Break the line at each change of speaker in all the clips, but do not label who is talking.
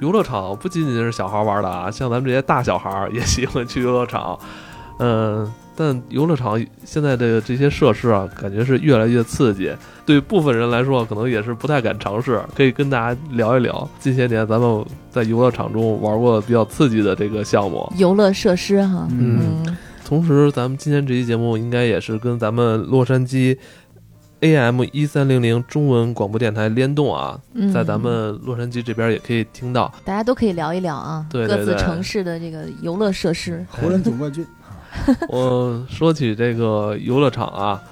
游乐场不仅仅是小孩玩的啊，像咱们这些大小孩也喜欢去游乐场。嗯，但游乐场现在的这些设施啊，感觉是越来越刺激。对部分人来说，可能也是不太敢尝试。可以跟大家聊一聊近些年咱们在游乐场中玩过比较刺激的这个项目。
游乐设施哈，
嗯
嗯，
同时，咱们今天这期节目应该也是跟咱们洛杉矶 AM 一三零零中文广播电台联动啊，
嗯
在咱们洛杉矶这边也可以听到。
大家都可以聊一聊啊，
对对
各
对嗯
自城市的这个游乐设施。
湖人总冠军，
我说起这个游乐场啊，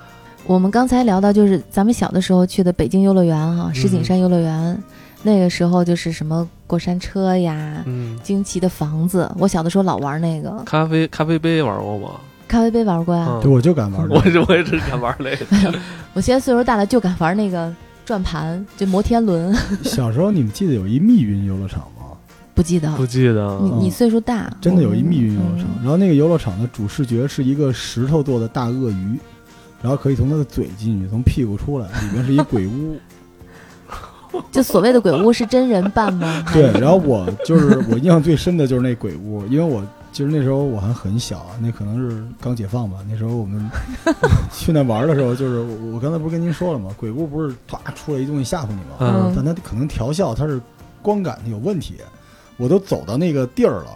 我们刚才聊到，就是咱们小的时候去的北京游乐园哈、
嗯
石景山游乐园，那个时候就是什么过山车呀。
嗯，
惊奇的房子，我小的时候老玩那个
咖啡咖啡杯玩过吗？
咖啡杯，玩过呀。
对
嗯，
我就敢玩儿。
我是我也是敢玩那个。
我现在岁数大了，就敢玩那个转盘，就摩天轮。
小时候你们记得有一密云游乐场吗？
不记得，
不记得
你
啊，
你岁数大，
真的有一啊
我们
密云游乐场，
嗯
然后那个游乐场的主视觉是一个石头做的大鳄鱼，然后可以从它的嘴进去，从屁股出来，里面是一鬼 屋。？
就所谓的鬼屋是真人扮吗
对，然后我就是我印象最深的就是那鬼屋，因为我就是那时候我还很小，啊那可能是刚解放吧。那时候我 们去那玩的时候，就是我我刚才不是跟您说了吗？鬼屋不是啪出来一东西吓唬你吗？
嗯
但它可能调校它是光感它有问题，我都走到那个地儿了，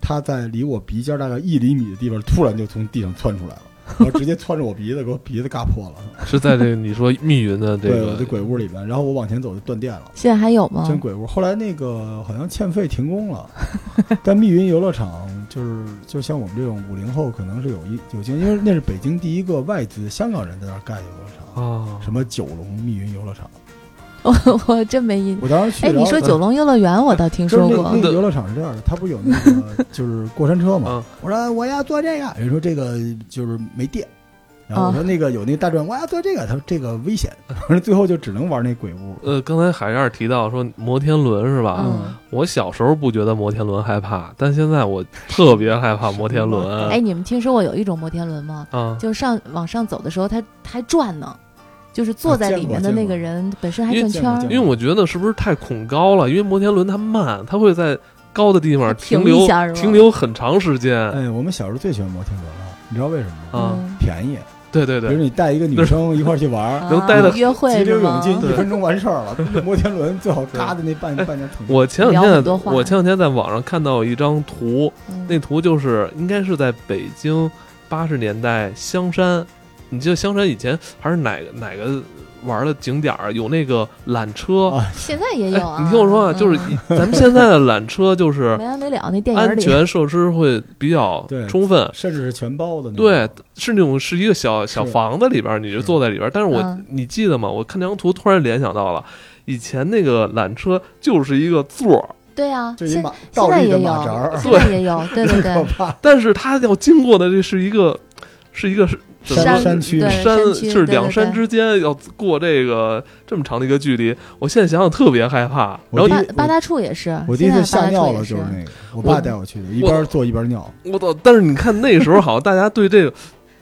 它在离我鼻尖大概一厘米的地方，突然就从地上窜出来了，然后直接窜着我鼻子，给我鼻子嘎破了。
是在这个你说密云的这
对，我
个
在鬼屋里边，然后我往前走就断电了，
现在还有吗？
真鬼屋。后来那个好像欠费停工了， 但密云游乐场就是就像我们这种五零后，可能是有一有经，因为那是北京第一个外资香港人在那儿盖的游乐
哦
场，
啊，
什么九龙密云游乐场。
我我真没印。
我当时去，
哎，
然
你
后
说九龙游乐园，我倒听
就是
说
那
过
那。个游乐场是这样的，它不是有那个就是过山车嘛
嗯？
我说我要坐这个，人说这个就是没电。然后我
嗯
说那个有那大转，我要坐这个，他说这个危险， 反正最后就只能玩那鬼屋。
呃，刚才海燕儿提到说摩天轮是吧？
嗯，
我小时候不觉得摩天轮害怕，但现在我特别害怕摩天轮。
哎，你们听说过有一种摩天轮吗？
啊，
就上往上走的时候，它它还转呢，就是
啊
坐在里面的那个人本身还转圈
见
儿
过
因为我觉得是不是太恐高了？因为摩天轮它慢，它会在高的地方停
停
留
一下是吧
停留很长时间
哎，我们小时候最喜欢摩天轮了，你知道为什么吗？
啊。
嗯
便宜，
对对
比如
对，
你带一个女生一块儿去玩，
能待得
啊约 会
急
是
流
吗
勇？进，
对哎
一分钟完事儿 了。摩天轮最好嘎的那半半截腿。
我前两
聊很多
天
话
我前两天在网上看到一张图，
嗯
那图就是应该是在北京八十年代香山，你记得香山以前还是哪个哪个玩的景点儿有那个缆车？
啊，
现在也有
哎，
啊。
你听我说啊，
嗯
就是以咱们现在的缆车就是
没完没了那电影
安
里，
全设施会比较
对
充分，
甚至是全包的那种。
对，是那种是一个小小房子里边儿，你就是坐在里边儿。但是我、
嗯
你记得吗？我看那张图突然联想到了，以前那个缆车就是一个座儿，
对啊，
就一
现
马
现
倒
在
立的
也
马扎
有，
儿，
现在也有，对对
可
对，
怕。
但是它要经过的这是一个是一个是怎么
山
说
山区
对
山
区
是
对
两
对
山
对
之间要过这个这么长的一个距离，我现在想想特别害怕。然后
我第
八
一
八大处也是，
我第一
啊现在
次
八
吓
大
尿
处也嗯
了
是
就是那个，我爸带我去的，一边坐一边尿，
我操！但是你看那时候好像 大家对这个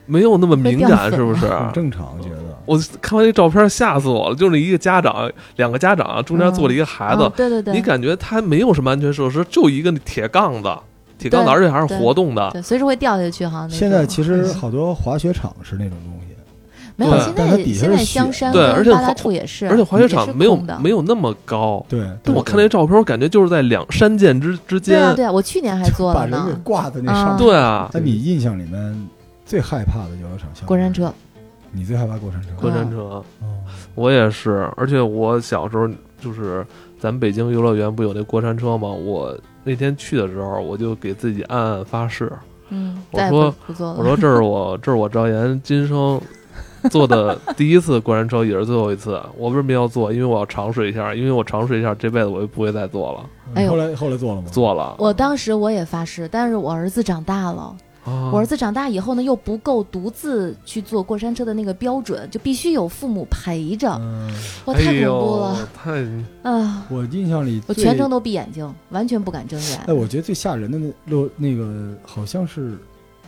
没有那么
被
敏
吊
感，
死
是不
了
是？
很正常，我觉得。
我看完那照片吓死我了，就是一个家长，两个家长中间坐了一个孩子，
嗯对对对，
你感觉它没有什么安全设施，就一个铁杠子，铁杠子，
对
而且还是活动的。
对，随时会掉下去哈。那嗯
现在
种
其实好多滑雪场是那种东西，
没有，
对
现
但它
在
底下
现
是
在
雪
香山
对
跟
而且
八大
滑
处也是，
而且滑雪
也
场
是
没有
空的
没有那么高，
对。
但
对
我看那照片，我感觉就是在两山涧之之
对啊
间。
对啊，我去年还做
把
了
人给
呢，
挂在那上面。
啊
对啊，
那你印象里面最害怕的游乐场项目？
过山，车。
你最害怕过山车？
过山车，
哦，
我也是。而且我小时候就是咱们北京游乐园不有那过山车吗？我那天去的时候，我就给自己暗暗发誓，
嗯，
我
再也
说
不不做了。
我说这是我 这是我赵岩今生坐的第一次过山车，也是最后一次。我为什么要坐？因为我要尝试一下，因为我尝试一下，这辈子我就不会再坐了。
哎呦
后来后来做了吗？。
坐了，
我当时我也发誓，但是我儿子长大了，
啊
我儿子长大以后呢，又不够独自去坐过山车的那个标准，就必须有父母陪着，
嗯，
我太
哎
恐
呦
怖了，
太
啊！
我印象里
我
最
全程都闭眼睛，完全不敢睁眼
哎，。我觉得最吓人的那乐那个好像是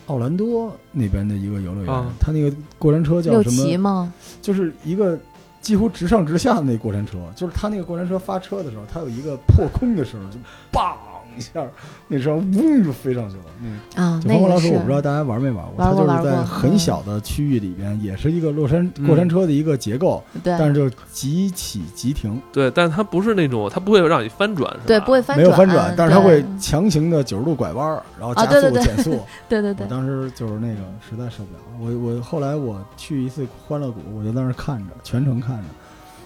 奥兰多那边的一个游乐园
啊，
它那个过山车叫
六
什么
旗？吗？
就是一个几乎直上直下的那过山车，就是他那个过山车发车的时候，它有一个破空的时候，就梆一下，那车嗡就飞上去了。嗯，
啊，
九
那
方过
个
山车
是
我不知道大家玩没玩过，
玩过
它
玩
就是
过嗯
在很小的区域里边，也是一个过山
嗯
过山车的一个结构，
对
但是就急起急停，
对，但它不是那种，它不会让你翻转，是吧
对不会翻啊
没有翻转，但是它
对
会强行的九十度拐弯儿，然后加
啊对对
速
对
减速。
对对
我
对，
当时就是那个实在受不了，我我后来我去一次欢乐谷，我就在那儿看着，全程看着。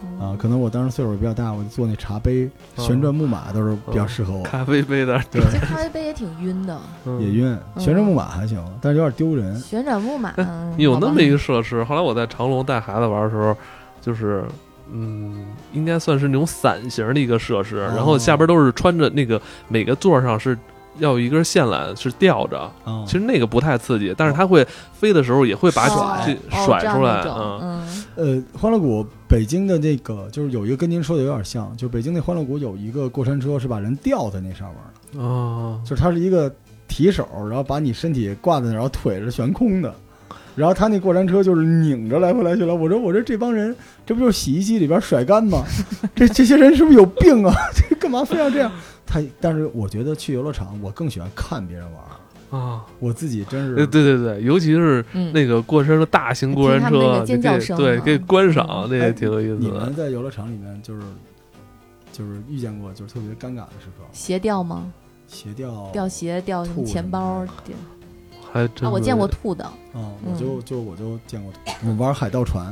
嗯
啊，可能我当时岁数比较大，我就坐那茶杯
嗯
旋转木马都是
哦
比较适合我，
咖啡杯的，
哦对，
其实咖啡杯也挺晕的，
嗯
也晕。旋转木马还行，但是有点丢人。
旋转木马嗯
哎有那
好吧
么一个设施。后来我在长隆带孩子玩的时候，就是嗯，应该算是那种伞形的一个设施，
哦
然后下边都是穿着那个每个座上是要有一根线缆是吊着，
啊，
哦其实那个不太刺激，但是它会飞的时候也会把
哦
这
哦
甩
这样
出来
那，种
嗯，
嗯
呃，欢乐谷北京的那个就是有一个跟您说的有点像，就北京那欢乐谷有一个过山车是把人吊在那上面的，
哦，
就是它是一个提手，然后把你身体挂在那儿，然后腿是悬空的。然后他那过山车就是拧着来回来去了，我说我说这帮人，这不就是洗衣机里边甩干吗？这这些人是不是有病啊？ 这干嘛非要这样？他但是我觉得去游乐场，我更喜欢看别人玩儿，
啊，
我自己真是
对对对对，尤其是
嗯，
那个过山车，大型过山
听他们那
车，
个尖叫声
你可以对，
啊
可以观赏，那也挺有意
哎你
思的
们。在游乐场里面就是就是遇见过就是特别尴尬的时刻，
鞋掉吗？
鞋掉
掉鞋掉什么
吐
钱包
什
掉
还真
啊？我见
会
过吐的，
啊，我就就我就见过，我玩海盗船，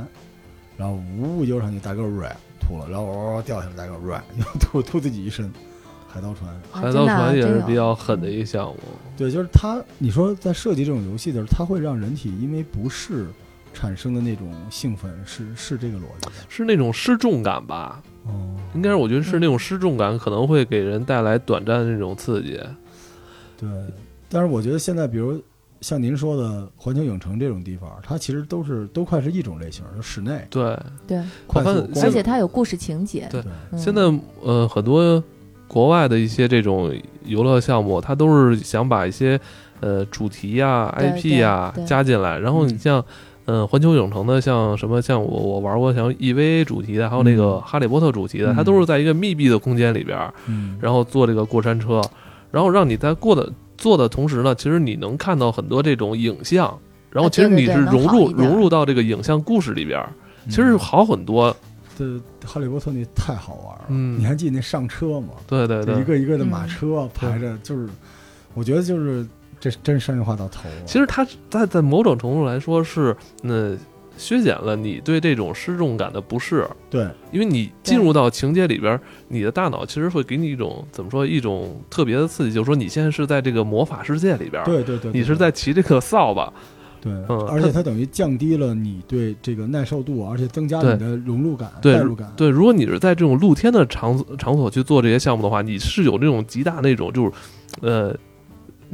然后呜游上去，大个软吐了，然后嗷嗷掉下来，大个软 又吐吐自己一身。海盗船，
啊
海
真
盗
的啊
船也
真
是
有
比较狠的一个项目。
对，就是它。你说在设计这种游戏的时候，它会让人体因为不适产生的那种兴奋，是是这个逻辑的。
是那种失重感吧？
哦，
应该是我觉得是那种失重感可能会给人带来短暂的那种刺激。
对，但是我觉得现在，比如像您说的环球影城这种地方，它其实都是都快是一种类型，就室内
对，
对，
快速
我发现
光
现
而且它有故事情节。
对
对
嗯
现在呃很多国外的一些这种游乐项目，它都是想把一些呃主题呀、
对
IP 呀
对对
加进来，然后你
嗯
像。嗯，环球影城的像什么，像我我玩过像 EVA 主题的，还有那个
嗯
哈利波特主题的，
嗯
它都是在一个密闭的空间里边，
嗯，
然后坐这个过山车，然后让你在过的坐的同时呢，其实你能看到很多这种影像，然后
啊
其实
对对
你
对
是
能
融
好
入
一点
融入到这个影像故事里边儿，
嗯
其实好很多。
这哈利波特那太好玩了，
嗯
你还记得那上车吗？
对对嗯
就
对，
一个一个的马车排着，就是我觉得就是这真商业化到头了。
其实它在在某种程度来说是那削减了你对这种失重感的不适，
对，
因为你进入到情节里边儿，你的大脑其实会给你一种怎么说一种特别的刺激，就是说你现在是在这个魔法世界里边儿，
对对对，
你是在骑这个扫把，
对，
嗯
而且它等于降低了你对这个耐受度，而且增加
对
你的融入感、
对
代入感。
对，如果你是在这种露天的场所场所去做这些项目的话，你是有那种极大那种就是，呃，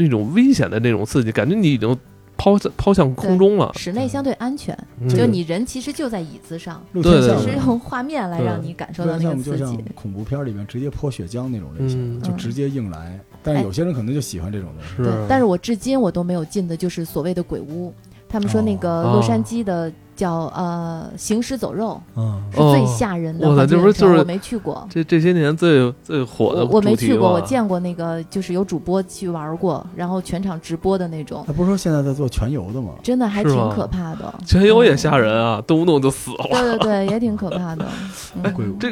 那种危险的那种刺激，感觉你已经抛向抛向空中了。
室内相对安全，
嗯
就你人其实就在椅子上，
露天
对对
项
只
目
是用画面来
对
让你感受
露
到
天
那
项
个
目就
刺
像
激。
恐怖片里面直接泼血浆那种类型
嗯
的，就直接硬
嗯
来。但
哎
是有些人可能就喜欢这种东西。
是
对，，但是我至今我都没有进的就是所谓的鬼屋，他们说那个
哦
洛杉矶的叫呃行尸走肉
嗯
是
哦
最吓人的
哇塞
环境
这不是
影城
就是
我没去过。
这这些年最最火的
我我没
主题
去过，
嘛
我见过那个就是有主播去玩过，然后全场直播的那种，
他不是说现在在做全游的吗？
真的还
是
挺
吗
可怕的。嗯
全游也吓人啊，动不动就死了。
对对对，也挺可 怕的。
哎
嗯
鬼屋
这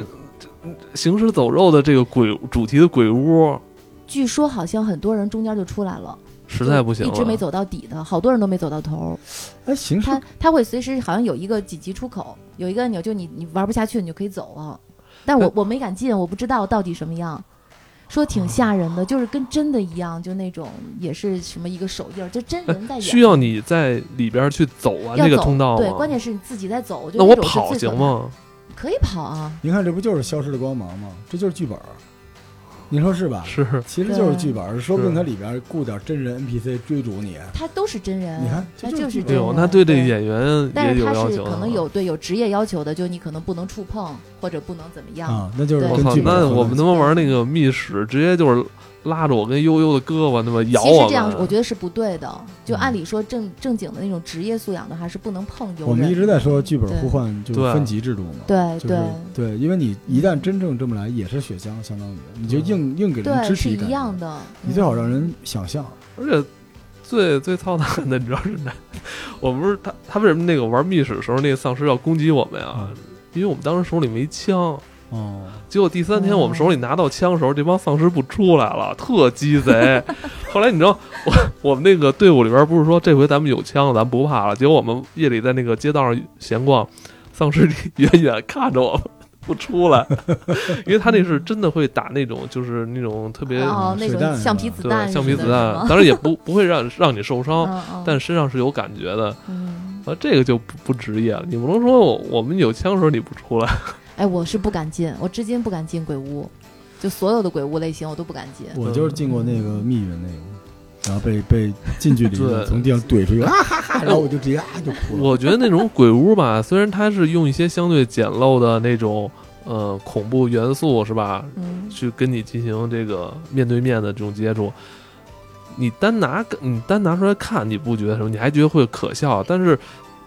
行尸走肉的这个鬼主题的鬼屋
据说好像很多人中间就出来了，
实在不行
一直没
了。
走到底的，好多人都没走到头。
哎，形式
它它会随时好像有一个紧急出口，有一个按钮，就你你玩不下去，你就可以走了。但我我没敢进，我不知道到底什么样。说挺吓人的，就是跟真的一样，就那种也是什么一个手印儿，就真人在演。
需要你在里边去走完
要
啊这个
走
通道吗？
对，关键是你自己在走。我觉得
那我
这种是
跑
最
行
可怕？
吗？
可以跑啊，
您看，这不就是《消失的光芒》吗？这就是剧本儿，您说是吧？
是，
其实就是剧本儿，说不定它里边儿雇点真人 NPC 追逐你。
它都是真人。
你看这
它
就是是
哎
真
呦，
人。
那对这
对
演员
但
也
是
有
他
要
是
求啊。
可能有对有职业要求的，就你可能不能触碰或者不能怎么样。
啊，那就是
对
我
跟
操，
剧本儿
那我
合作
们他妈玩那个密室，直接就是拉着我跟悠悠的胳膊，那么摇
其实
我
这样我
们。
觉得是不对的。就
嗯
按理说正正经的那种职业素养的话是不能碰游
我们一
人。
直在说剧本互
对
换就是
对
分级制度嘛，
对
就是
对
对，因为你一旦真正这么来，也是血浆，相当于你就硬硬给人
对
肢
是
体
一
感，
样的。
你最好让
嗯
人想象，
而且最最操蛋的，你知道是哪？ 我们不是他他为什么那个玩密室的时候，那个丧尸要攻击我们
嗯
呀？因为我们当时手里没枪。
哦，
结果第三天
哦
我们手里拿到枪的时候，这帮丧尸不出来了，特鸡 贼。后来你知道，我我们那个队伍里边不是说这回咱们有枪，咱不怕了。结果我们夜里在那个街道上闲逛，丧尸远远看着我们不出 来，因为他那是真的会打那种就是那种特别、
哦，
嗯
那
水
种
弹是
橡
吧
皮子
对
弹似的，
橡皮子
是吗
弹，当然也不不会让让你受伤，
嗯嗯
但身上是有感觉的。
嗯，
啊，这个就不不职业了。你不能说我我们有枪的时候你不出来，
哎，我是不敢进，我至今不敢进鬼屋，就所有的鬼屋类型我都不敢进。
我就是进过那个密云那个，然后被被近距离的
对
从地上怼出去，啊哈哈，然后我就直接啊就哭了。
我觉得那种鬼屋吧， 虽然它是用一些相对简陋的那种呃恐怖元素是吧，
嗯，
去跟你进行这个面对面的这种接触，你单拿你单拿出来看，你不觉得什么，你还觉得会可笑，但是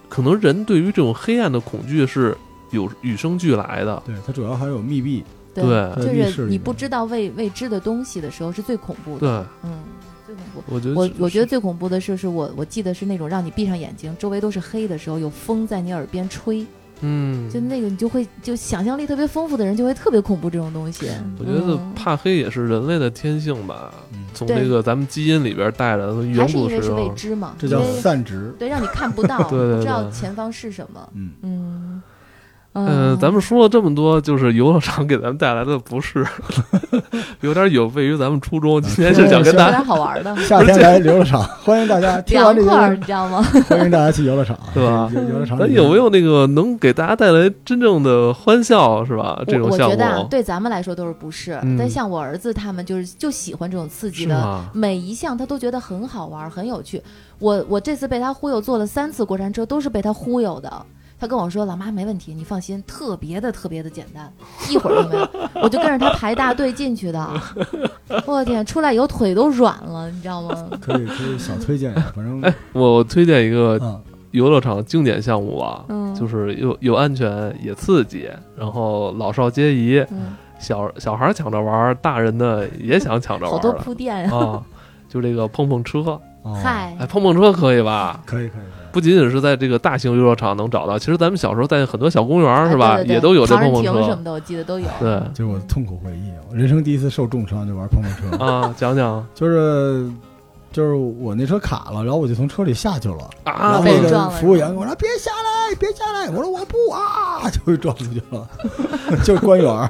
可能人对于这种黑暗的恐惧是有与生俱来的。
对，它主要还有密闭，
对，
对
在密
就
室
是
里
你
面
不知道未未知的东西的时候是最恐怖的。
对，
嗯，最恐怖。
我觉得
我我觉得
得
最恐怖的是，是我我记得是那种让你闭上眼睛，周围都是黑的时候，有风在你耳边吹，
嗯，
就那个你就会就想象力特别丰富的人就会特别恐怖这种东西。
我觉得
嗯
怕黑也是人类的天性吧，
嗯
从
对
这个咱们基因里边带来的，从
还
远
是因
古
为
时
是未
候，
知嘛，
这
因
叫
为
散值。
对让你看不到，
对对
不知道
对
前方是什么。
嗯，，
嗯，
嗯、
嗯，
咱们说了这么多，就是游乐场给咱们带来的不 适，有点有悖于咱们初
嗯
衷。今天就想跟
说
大家，
点好玩的
夏天来游乐场，欢迎大家听
凉
完这
快儿，
些，
你知道吗？
欢迎大家去游乐场，啊
对吧
游游乐场里
咱
面
有没有那个能给大家带来真正的欢笑，是吧？这
我
种
我
项
觉得啊，
目
对咱们来说都是不是，
嗯
但像我儿子他们就是就喜欢这种刺激
是
的。
吗？
每一项他都觉得很好玩，很有趣。我我这次被他忽悠坐了三次过山车，都是被他忽悠的。他跟我说：“老妈没问题，你放心，特别的特别的简单，一会儿都没有。”我就跟着他排大队进去的。 我天，出来以后腿都软了，你知道吗？
可以可以小推荐一下，反正
哎，我推荐一个
啊，
游乐场经典项目啊，
嗯，
就是又又安全也刺激，然后老少皆宜，
嗯，
小小孩抢着玩儿，大人呢也想抢着玩
好
儿
多
了
铺垫呀。
啊，就这个碰碰车，
哦，
嗨，
哎，碰碰车可以吧？
可以可以可
不仅仅是在这个大型游乐场能找到，其实咱们小时候在很多小公园儿
哎
是吧，
对对对
也都有这
长
碰
人
碰
亭什
车
么。的，我记得 都有。
对
以，这是我的痛苦回忆，我人生第一次受重伤就玩碰碰 车，
啊，讲 讲
就是就是我那车卡了，然后我就从车里下去了，然
啊
后，
被
那
人
个
撞了
服务员跟我说别下来，别下来，我说我不啊，就撞出去了， 就是官员儿，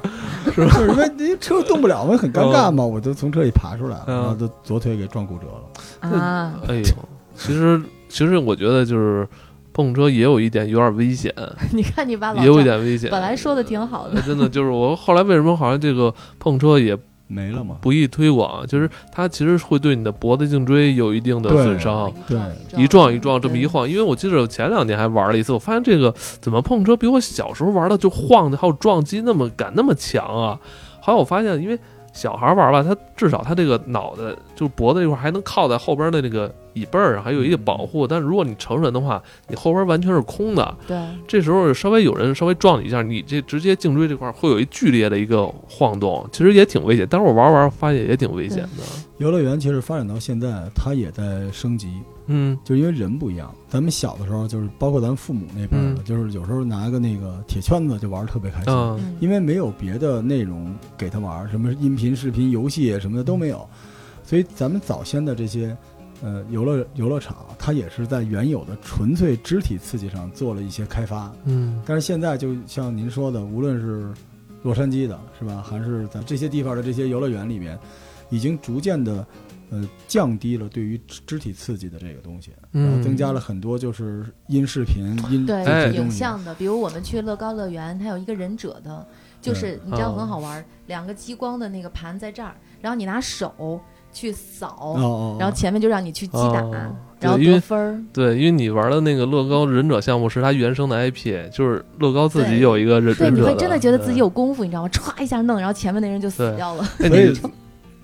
是吧？因为那车动不了，我很尴尬嘛，我就从车里爬出来了，
嗯
然后就左腿给撞骨折了，
啊，
哎呦，其实其实我觉得就是碰碰车也有一点有点危险，
你看你啊把老
也有一
赵
点危险。
本来说的挺好的
呃，真的就是我后来为什么好像这个碰车也
没了嘛。
不易推广，就是它其实会对你的脖子、颈椎有一定的
对
损伤。
对
一撞一撞，这么一，晃，因为我记得我前两年还玩了一次，我发现这个怎么碰车比我小时候玩的就晃的还有撞击那么感那么强啊！后来我发现，因为小孩玩吧，他至少他这个脑袋就是脖子这块还能靠在后边的那个椅背儿上，还有一个保护。但是如果你成人的话，你后边完全是空的，
对，
嗯
这时候稍微有人稍微撞你一下，你这直接颈椎这块会有一剧烈的一个晃动，其实也挺危险。但是我玩玩发现也挺危险的，
游乐园其实发展到现在，它也在升级，
嗯
就因为人不一样。咱们小的时候，就是包括咱父母那辈儿的，
嗯
就是有时候拿个那个铁圈子就玩的特别开心，
嗯
嗯
因为没有别的内容给他玩，什么音频、视频、游戏什么的都没有，所以咱们早先的这些，呃，游乐游乐场，它也是在原有的纯粹肢体刺激上做了一些开发。
嗯
但是现在就像您说的，无论是洛杉矶的是吧，还是在这些地方的这些游乐园里面，已经逐渐的呃降低了对于肢肢体刺激的这个东西，然后
嗯，
增加了很多就是音视频、音
对
哎
这些东
影
西。
像的，比如我们去乐高乐园，它有一个忍者的，就是你知
嗯
道很好玩儿，两个激光的那个盘在这儿，然后你拿手去
哦
扫，
哦，哦
然后前面就让你去击打
哦，
然后
对因为
得分儿。
对，因为你玩的那个乐高忍者项目是它原生的 IP，就是乐高自己
对
有一个忍
对，
忍
你
者
会真的觉得自己
有
有功夫，你知道吗？歘一下弄，然后前面那人就死掉了。
哎
所以
你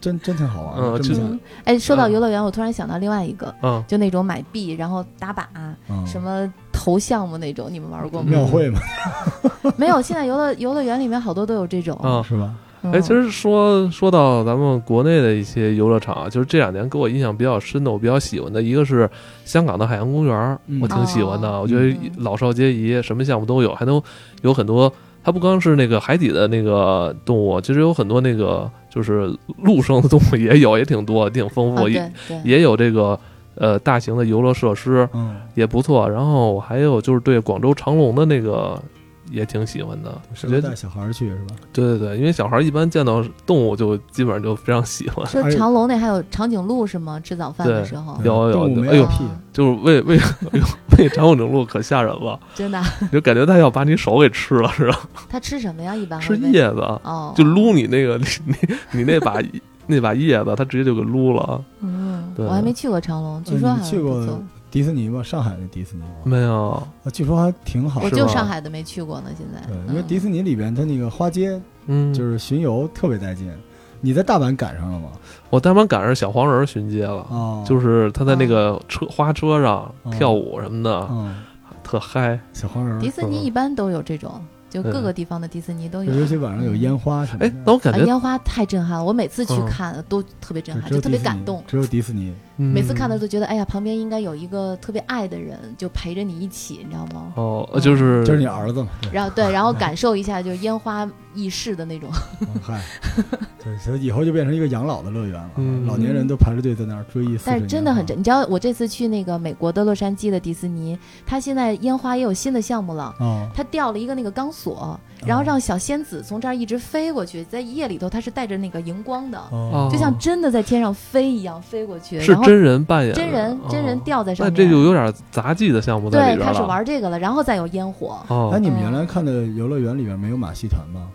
真真挺好玩的，
嗯
真不
就
假
嗯，哎，说到
嗯
游乐园，我突然想到另外一个，
嗯，
就那种买币然后打靶，
嗯
什么投项目那种，你们玩过吗？
庙会嘛，
没有，现在游乐游乐园里面好多都有这种。
嗯
是吧？
嗯
哎，其
哦
实说说到咱们国内的一些游乐场啊，就是这两年给我印象比较深的，我比较喜欢的一个是香港的海洋公园儿，
嗯
我挺喜欢的。
哦
我觉得
嗯
老少皆宜，什么项目都有，还能有很多。它不光是那个海底的那个动物，其实有很多那个就是陆生的动物也有，也挺多，挺丰
啊，
富，
对
也
对，
也有这个呃大型的游乐设施
嗯，
也不错。然后还有就是对广州长隆的那个也挺喜欢的，
适
我觉
合
得
带小孩儿去是吧？
对对对，因为小孩一般见到动物就基本上就非常喜欢。
哎
说长隆那还有长颈鹿是吗？吃早饭的时候啊
对，有有
动物啊
有
没
哎呦
有屁，
就是喂喂哎呦喂长颈鹿可吓人了，
真的，
就感觉它要把你手给吃了似的，
它吃什么呀？一般
吃
会喂
叶子，
哦，
就撸你那个你 你那把那把叶子，它直接就给撸了。
嗯，
对
我还没去过长隆，据
嗯
说
你
好像
去
不
过
错
迪士尼吧，上海的迪士尼吧，
没有，
啊据说还挺好
我
的。
是
就
吧
上海的没去过呢，现在
对，因为
嗯
迪士尼里边它那个花街
嗯，
就是巡游特别带劲。你在大阪赶上了吗？
我当晚赶上小黄人巡街了。
哦，
就是是他在那个车花车上
哦
跳舞什么的，
嗯，
特嗨。
小黄人
嗯
迪，士尼一般都有这种，就各个地方的迪士尼都有。
尤其晚上有烟花什么
哎
的，。
那我感
啊，
觉，
烟花太震撼了，我每次去
嗯
看都特别震撼，
只有
啊就特别
迪士尼
感动。
只有迪士尼，
嗯
每次看的时候觉得，哎呀，旁边应该有一个特别爱的人，就陪着你一起，你知道吗？
哦，呃就是
就是你儿子嘛。对
然后对，然后感受一下就是烟花易逝的 那种。
嗯 嗨，对，所以以后就变成一个养老的乐园了
嗯，
老年人都排着队在那儿追忆40年。
但是真的很
真
震，你知道我这次去那个美国的洛杉矶的迪士尼，它现在烟花也有新的项目了。
啊，
它掉了一个那个钢
啊
索，然后让小仙子从这儿一直飞过去，在夜里头它是带着那个荧光的，
哦
哦，
就像真的在天上飞一样飞过去。
是
然后
真人扮演的，
真人真人
哦
吊在上
那
面，
这就有点杂技的项目在
对，
里边
开
了。
始玩这个了，然后再有烟火。
哎，
哦，
你们原来看的游乐园里边没有马戏团吗？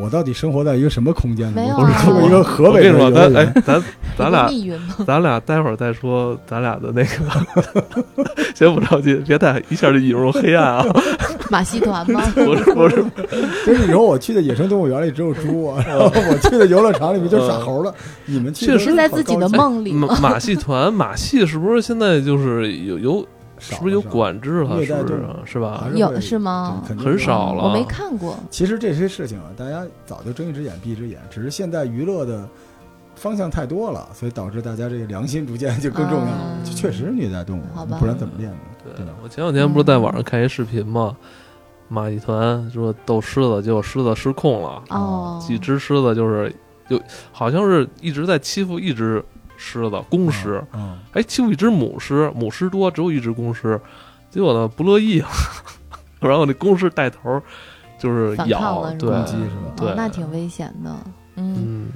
我到底生活在一个什么空间里？
没有
我
啊
只去过一个河
我
北
跟
的
你说，
游乐
咱哎
园，，
咱咱俩
密云吗？
咱俩待会儿再说咱俩的那个， 先不着急，别太一下就引入黑暗啊！
马戏团 吗？
不是不是，
就是你说我去的野生动物园里只有猪啊，然后
哦
我去的游乐场里面就
嗯
傻猴了。你们去
确
的
实
是在自己的梦里吗？
马马戏团马戏是不是现在就是有有是
少了
不是有？管制了？
虐
是
待
不是啊
动
是吧
还？
有
会
是吗
对肯定
很
是
少了
我没看过。
其实这些事情啊，大家早就睁一只眼闭一只眼，只是现在娱乐的方向太多了，所以导致大家这个良心逐渐就更重要了
啊。
就确实是虐待动物
好，吧
不然怎么练呢？
对
对吧？
我前两天不是在网上看一视频吗？马戏团说斗狮子，结果狮子失控了，
哦，
几只狮子就是有好像是一直在欺负一只狮子公狮。
嗯，
哎，欺负一只母狮，母狮多，只有一只公狮，结果呢不乐意，啊 然后那公狮带头就是
反抗
咬
了，是
对，
吧？
攻击是
哦
吧
对
那挺危险的。嗯，
嗯，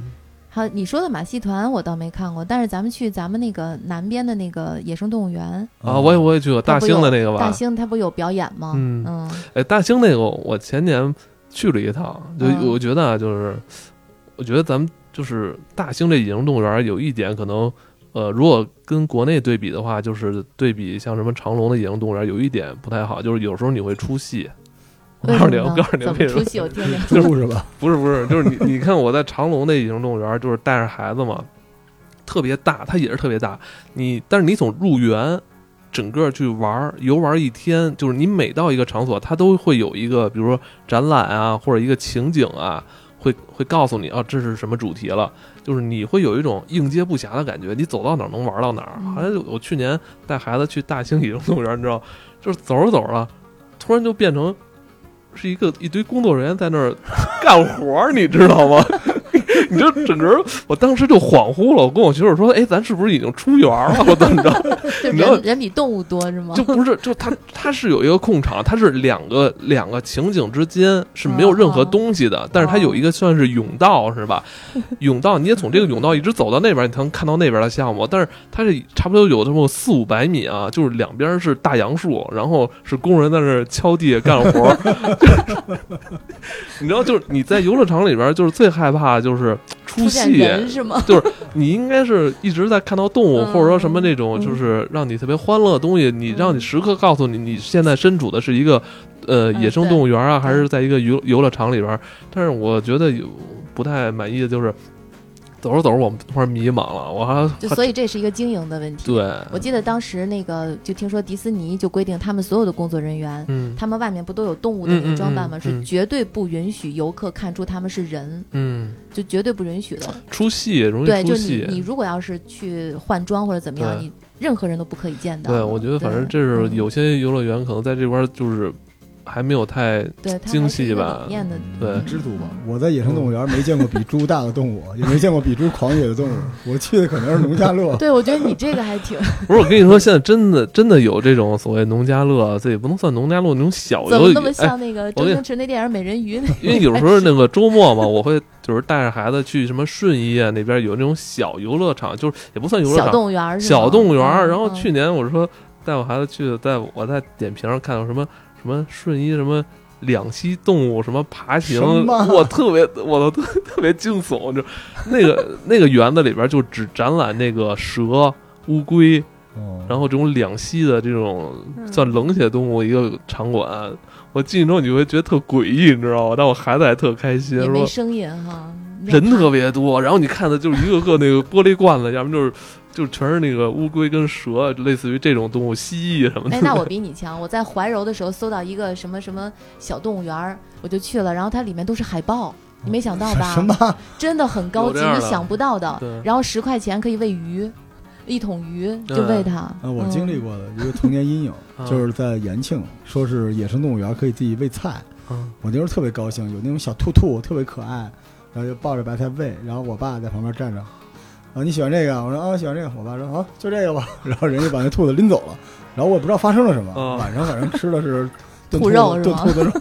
好，你说的马戏团我倒没看过，但是咱们去咱们那个南边的那个野生动物园，
啊，
嗯
我也我也去过大兴的那个
大
吧，
兴它不有表演吗？
嗯哎，大兴那个我前年去了一趟，就
嗯
我觉得啊，就是我觉得咱们就是大兴这野生动物园有一点可能。呃，如果跟国内对比的话，就是对比像什么长隆的野生动物园，有一点不太好，就是有时候你会出戏。我
为
告诉
什么
你，我
呢
告诉你，
怎
为
么
什么
出？戏？我听听。
猪是 吧？
不是不是，就是你你看我在长隆那野生动物园，就是带着孩子嘛，特别大，它也是特别大。你但是你从入园，整个去玩儿游玩儿一天，就是你每到一个场所，它都会有一个，比如说展览啊，或者一个情景啊，会会告诉你啊这是什么主题了，就是你会有一种应接不暇的感觉，你走到哪儿能玩到哪儿。
嗯
好像我去年带孩子去大兴野生动物园，你知道，就是走着走着，突然就变成。是一个一堆工作人员在那儿干活儿，你知道吗？ 你就整个人，我当时就恍惚了。我跟我媳妇儿说：“哎，咱是不是已经出园儿了？我怎么着？”
就
你知道
人人比动物多是吗
就？不是，就它它是有一个空场，它是两个两个情景之间是没有任
哦
何东西的，但是它有一个算是甬道是 吧？甬道你也从这个甬道一直走到那边，你才能看到那边的项目。但是它是差不多有这么四五百米啊，就是两边是大杨树，然后是工人在那儿敲地干活儿。 你知道，就是你在游乐场里边，就是最害怕就是出
出现
戏，
人 是吗？
你应该是一直在看到动物，
嗯
或者说什么那种
嗯
就是让你特别欢乐的东西，你让你时刻告诉你你现在身处的是一个呃
嗯
野生动物园啊，
对
还是在一个游游乐场里边儿。但是我觉得有不太满意的就是。走着走着我们突然迷茫了，我还
就所以这是一个经营的问题。
对，
我记得当时那个就听说迪士尼就规定，他们所有的工作人员，
嗯
他们外面不都有动物的那
嗯嗯
个装扮吗？
嗯嗯
是绝对不允许游客看出他们是人，
嗯，
就绝对不允许的。
出戏容
对，
易出
就你你
戏。
如果要是去换装或者怎么样，
对
你任何人都不可以见到的。嗯
对，我觉得反正这是嗯有些游乐园可能在这边就是还没有太
对它还
精
是
细
一个
吧
理念的嗯
对
知足吧。我在野生动物园没见过比猪大的动物，也没见过比猪狂野的动物。我去的可能是农家乐。
对，我觉得你这个 还挺
不是，我跟你说，现在真的真的有这种所谓农家乐，啊这也不能算农家乐那种小
怎
游
么
戏
那么，
哎，
像那个
我
周
跟
星驰那电影《美人鱼》那？
因为有时候那个周末嘛，我会就是带着孩子去什么顺义啊那边有那种小游乐场，就是也不算游乐
小
场，
动物园儿是吗，
小动物园儿。
嗯
然后
嗯
去年我说带我孩子去，在我在点评上看到什么什么顺义什么两栖动物什么爬行
什么，
我特别我都 特特别惊悚，就那个那个园子里边就只展览那个蛇、乌龟，
哦
然后这种两栖的这种
嗯
算冷血动物一个场馆。我进去之后，你会觉得特诡异，你知道吗？但我孩子还特开心，
也
说
没声音 哈，
人特别多，然后你看的就是一个个那个玻璃罐子，要么就是就全是那个乌龟跟蛇，类似于这种动物，蜥蜴什么的。
哎，那我比你强。我在怀柔的时候搜到一个什么什么小动物园儿，我就去了，然后它里面都是海豹，你没想到吧？
什么？
真的很高
有
级，
这样
你
的
想不到的
对。
然后十块钱可以喂鱼，一桶鱼就喂它。嗯
啊，我经历
过。
过的
嗯
一个童年阴 影，
啊
就是在延庆，说是野生动物园可以自己喂菜。
嗯
我那时候特别高兴，有那种小兔兔特别可爱，然后就抱着白菜喂，然后我爸在旁边站着，啊你喜欢这个？我说啊喜欢这个，我爸说啊 就这个吧，然后人家把那兔子拎走了，然后我也不知道发生了什么，
啊
晚上反正吃的是炖
兔肉是
炖
吗
兔子肉，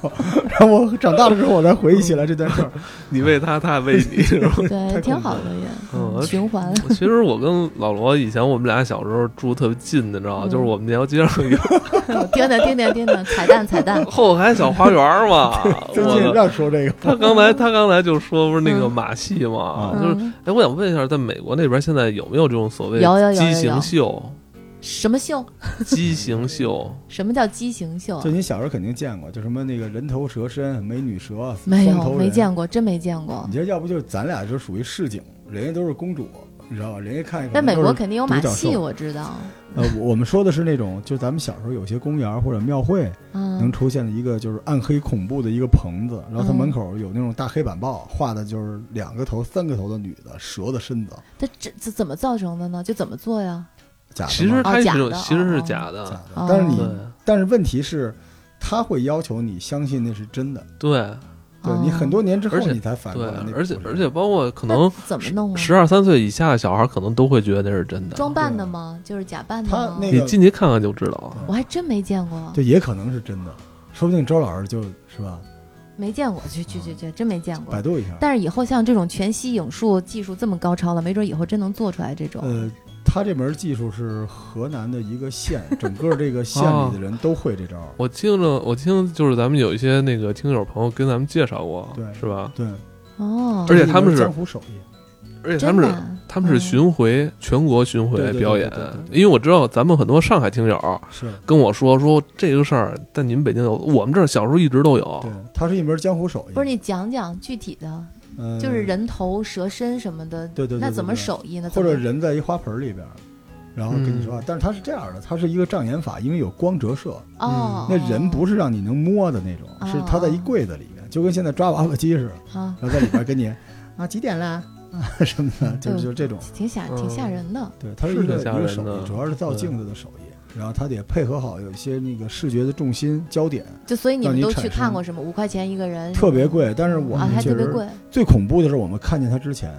然后我长大了之后我才回忆起来这件 事儿，
你喂它，它也喂 你。是吧
太
对，
恐
挺
怖
好的也，嗯
嗯
循环。
其实我跟老罗以前我们俩小时候住特别近的，你知道吗？
嗯
就是我们那条街上有，
听听听听听听，彩蛋彩蛋
后海小花园 嘛。
最
我
近
的
让说 这个，
嗯
他刚才他刚才就说不是那个马戏嘛，
嗯
就是
嗯，
哎，我想问一下，在美国那边现在有没有这种所谓
有有有
畸
有
形
有
秀？
什么秀？
畸形秀，
什么叫畸形秀啊
就？你小时候肯定见过，就什么那个人头蛇身、美女蛇、
没
双
有，
头
没
人
见过，真没见过
你。这要不就是咱俩就属于市井，人家都是公主，你知道吧？人家看一看。
但美国肯定有马戏，
我
我知道。
呃，我我们说的是那种，就咱们小时候有些公园或者庙会能
嗯，
出现的一个就是暗黑恐怖的一个棚子，然后它
嗯
门口有那种大黑板报，画的就是两个头、三个头的女的蛇的身子，
它这这怎么造成的呢？就怎么做呀？
假的嘛
其实它
哦
是
假
一种
的
其实
哦
是
哦
假
假
的，
的
哦。
但是
对
你，但是问题是，他会要求你相信那是真的，
对。
对
哦
你很多年之后
而且
你才反过
对
来那，
而且
不是
而且包括可
那
能
怎么弄啊？
十二三岁以下的小孩可能都会觉得那是真的，
装扮的吗？就是假扮的
他
吗？
那
你
个
进去看看就知道了。
我还真没见过，
就也可能是真的，说不定周老师就是吧，
没见过，去去去去，真没见过
百。度一下。
但是以后像这种全息影术技术这么高超了，没准以后真能做出来这种。
呃，他这门技术是河南的一个县，整个这个县
哦
里的人都会这招儿。
我听着，我听就是咱们有一些那个听友朋友跟咱们介绍过，
对
是吧？
对，
哦
而，且他们
这一门
是
江湖手艺，
而且他
真
们
的
是
啊
他们是巡回全国巡回
对对对
表演
对对对，对
因为我知道咱们很多上海听友
是
跟我说说这个事儿，在你们北京有，我们这儿小时候一直都有
对，，它是一门江湖手艺。
不是你讲讲具体的，
呃，
就是人头蛇身什么的，
对对对对
那怎么
对
手艺呢？
或者
怎么
人在一花盆里边儿，然后跟你
嗯
说话，啊但是它是这样的，它是一个障眼法，因为有光折射，
哦，
嗯那人不是让你能摸的那种，
哦
是它在一柜子里面，就跟现在抓娃娃机似的，
啊，
然后在里边 跟你啊几点啦啊 什么的，
嗯
就是就这种。
挺吓挺吓人的。
对，它是
是
一个
挺吓
一个
人
手
的
艺，主要是造镜子的手艺，然后它得配合好有一些那个视觉的重心焦点，
就所以你
让
们
你
都
产
去
生
看过什么？五块钱一个人，
特别贵。但是我
啊，
们
还
确
特别
实
贵。
最恐怖的是我们看见它之前，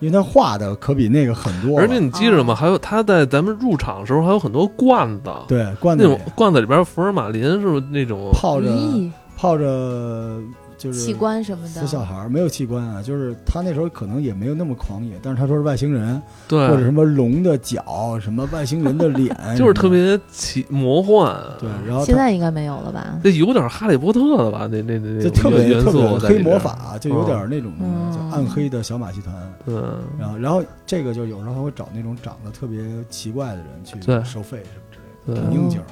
因为它画的可比那个很多了，
而且你记
嗯
着吗？还有他在咱们入场的时候还有很多罐子，
对罐
那
子里
种罐子里边福尔马林是不是那种？
泡着
咦，
泡着就是
器官什么
死小
的，
孩儿没有器官啊，就是他那时候可能也没有那么狂野，但是他说是外星人
对，，
或者什么龙的脚，什么外星人的脸
嗯 就是
什么
特别奇魔幻。
嗯对，然后
嗯现
它
在应该没有了吧？
那有点哈利波特的吧？那那那那
就特别
元
特别
素在里
黑
边哦
魔，法，就有点那种
嗯
叫暗黑的小马戏团。
嗯，
然后，然后这个就有时候还会找那种长得特别奇怪的人去
对
收费什么之类
对嗯
的，挺应景儿。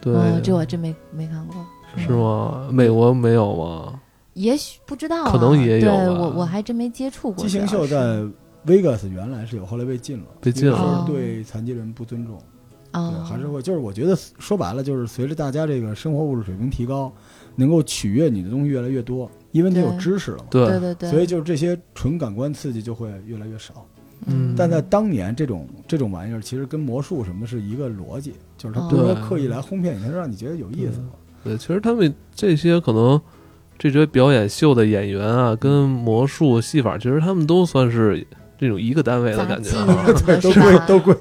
对，
哦这我真没没看过。嗯
是吗？美国没有吗？
也许不知道、啊，
可能也有
对
吧
我我还真没接触过。
畸形
主要
秀
是
在 Vegas 原来是有，后来被禁了，
被禁
了
因为说是对残疾人不尊重，对，
啊，
还是会就是我觉得说白了就是随着大家这个生活物质水平提高，能够取悦你的东西越来越多，因为你有
对
知识了嘛，
对
对
对对，
所以就是这些纯感官刺激就会越来越少。
嗯
但在当年，这种这种玩意儿其实跟魔术什么的是一个逻辑，就是它
哦嗯
不是说
对
刻意来哄骗你，它是让你觉得有意思。
对，其实他们这些可能这些表演秀的演员啊，跟魔术戏法，其实他们都算是这种一个单位的
杂
感觉
技
啊、
什么
对，
的
都
是
归
吧
都归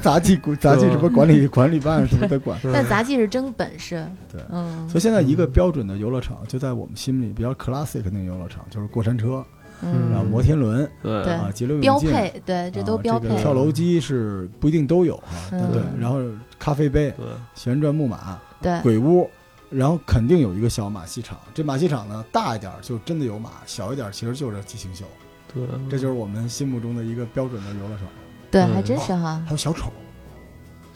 杂技管杂技什么管理管理办什么的管。
是
但杂技是真本事，
对
嗯，
所以现在一个标准的游乐场，就在我们心里比较 classic 那个游乐场，就是过山车
嗯
啊、摩天轮
对
对
啊、急流
嗯标
勇进。
配，对，这
啊
都标
这
配
个，跳楼机是不一定都有啊，
嗯
但对。然后咖啡杯、
对
旋转木马、
对，
鬼屋，然后肯定有一个小马戏场。这马戏场呢，大一点儿就真的有马，小一点儿其实就是即兴秀。
嗯
对，
这就是我们心目中的一个标准的游乐场。
对，
嗯
还真是哈，
还有小丑，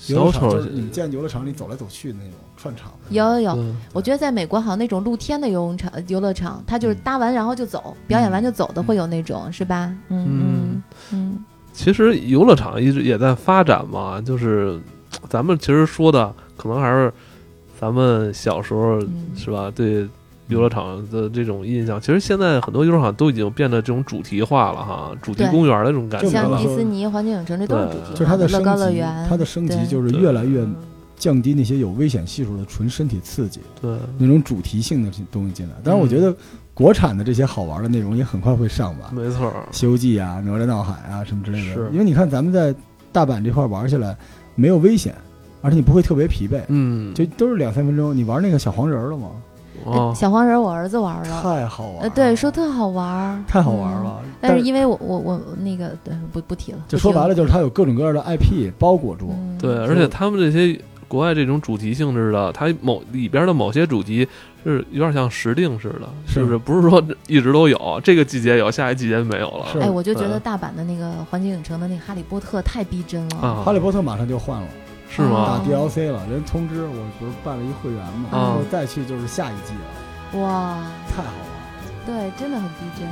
游
小
乐场
丑
就是
嗯
你们见游乐场里走来走去那种串场的，
有有有，
对
我觉得在美国好像那种露天的游泳场、游乐场，它就是
嗯
搭完然后就走，表演完就走的
嗯
会有那种，是吧？嗯
嗯
嗯
其实游乐场一直也在发展嘛，就是咱们其实说的可能还是咱们小时候
嗯
是吧？对游乐场的这种印象，其实现在很多游乐场都已经变得这种主题化了哈，主题
对
公园的这种感
嗯，
觉
像
就
了
是。
迪士尼、环球影城这都是主题
对
嘛，
就是它的
乐
升
高乐
级，
园，
它的升级
对
就是
对
越来越
嗯
降低那些有危险系数的纯身体刺激，
对，
嗯
那种主题性的东西进来。当然，我觉得国产的这些好玩的内容也很快会上吧，
没错儿
《西游记》啊，《哪吒闹海》啊什么之类的
是。
因为你看咱们在大阪这块玩起来没有危险，而且你不会特别疲惫，
嗯，
就都是两三分钟。你玩那个小黄人儿了吗？
哎
哦，
小黄人，我儿子玩了，
哎太好玩了，
呃，对，说特好玩儿，
太好玩
嗯。
了。
但
但
是因为我我我那个对不不提了，
就
不
说
提
白了，，就是它有各种各样的 IP 包裹住。
嗯
对，
是
而且他们这些国外这种主题性质的，它某里边的某些主题是有点像时令似的，
是
是不是？不是说一直都有，这个季节有，下一季节没有了。
是
哎，我就觉得
嗯
大阪的那个环球影城的那个《哈利波特》太逼真了
啊
哈利波特马上就换了，
是
打
吗？
啊
DLC 了，人通知我不是办了一会员嘛，
啊
我再去就是下一季了，
哇，
太好玩了。
对，真的很逼真。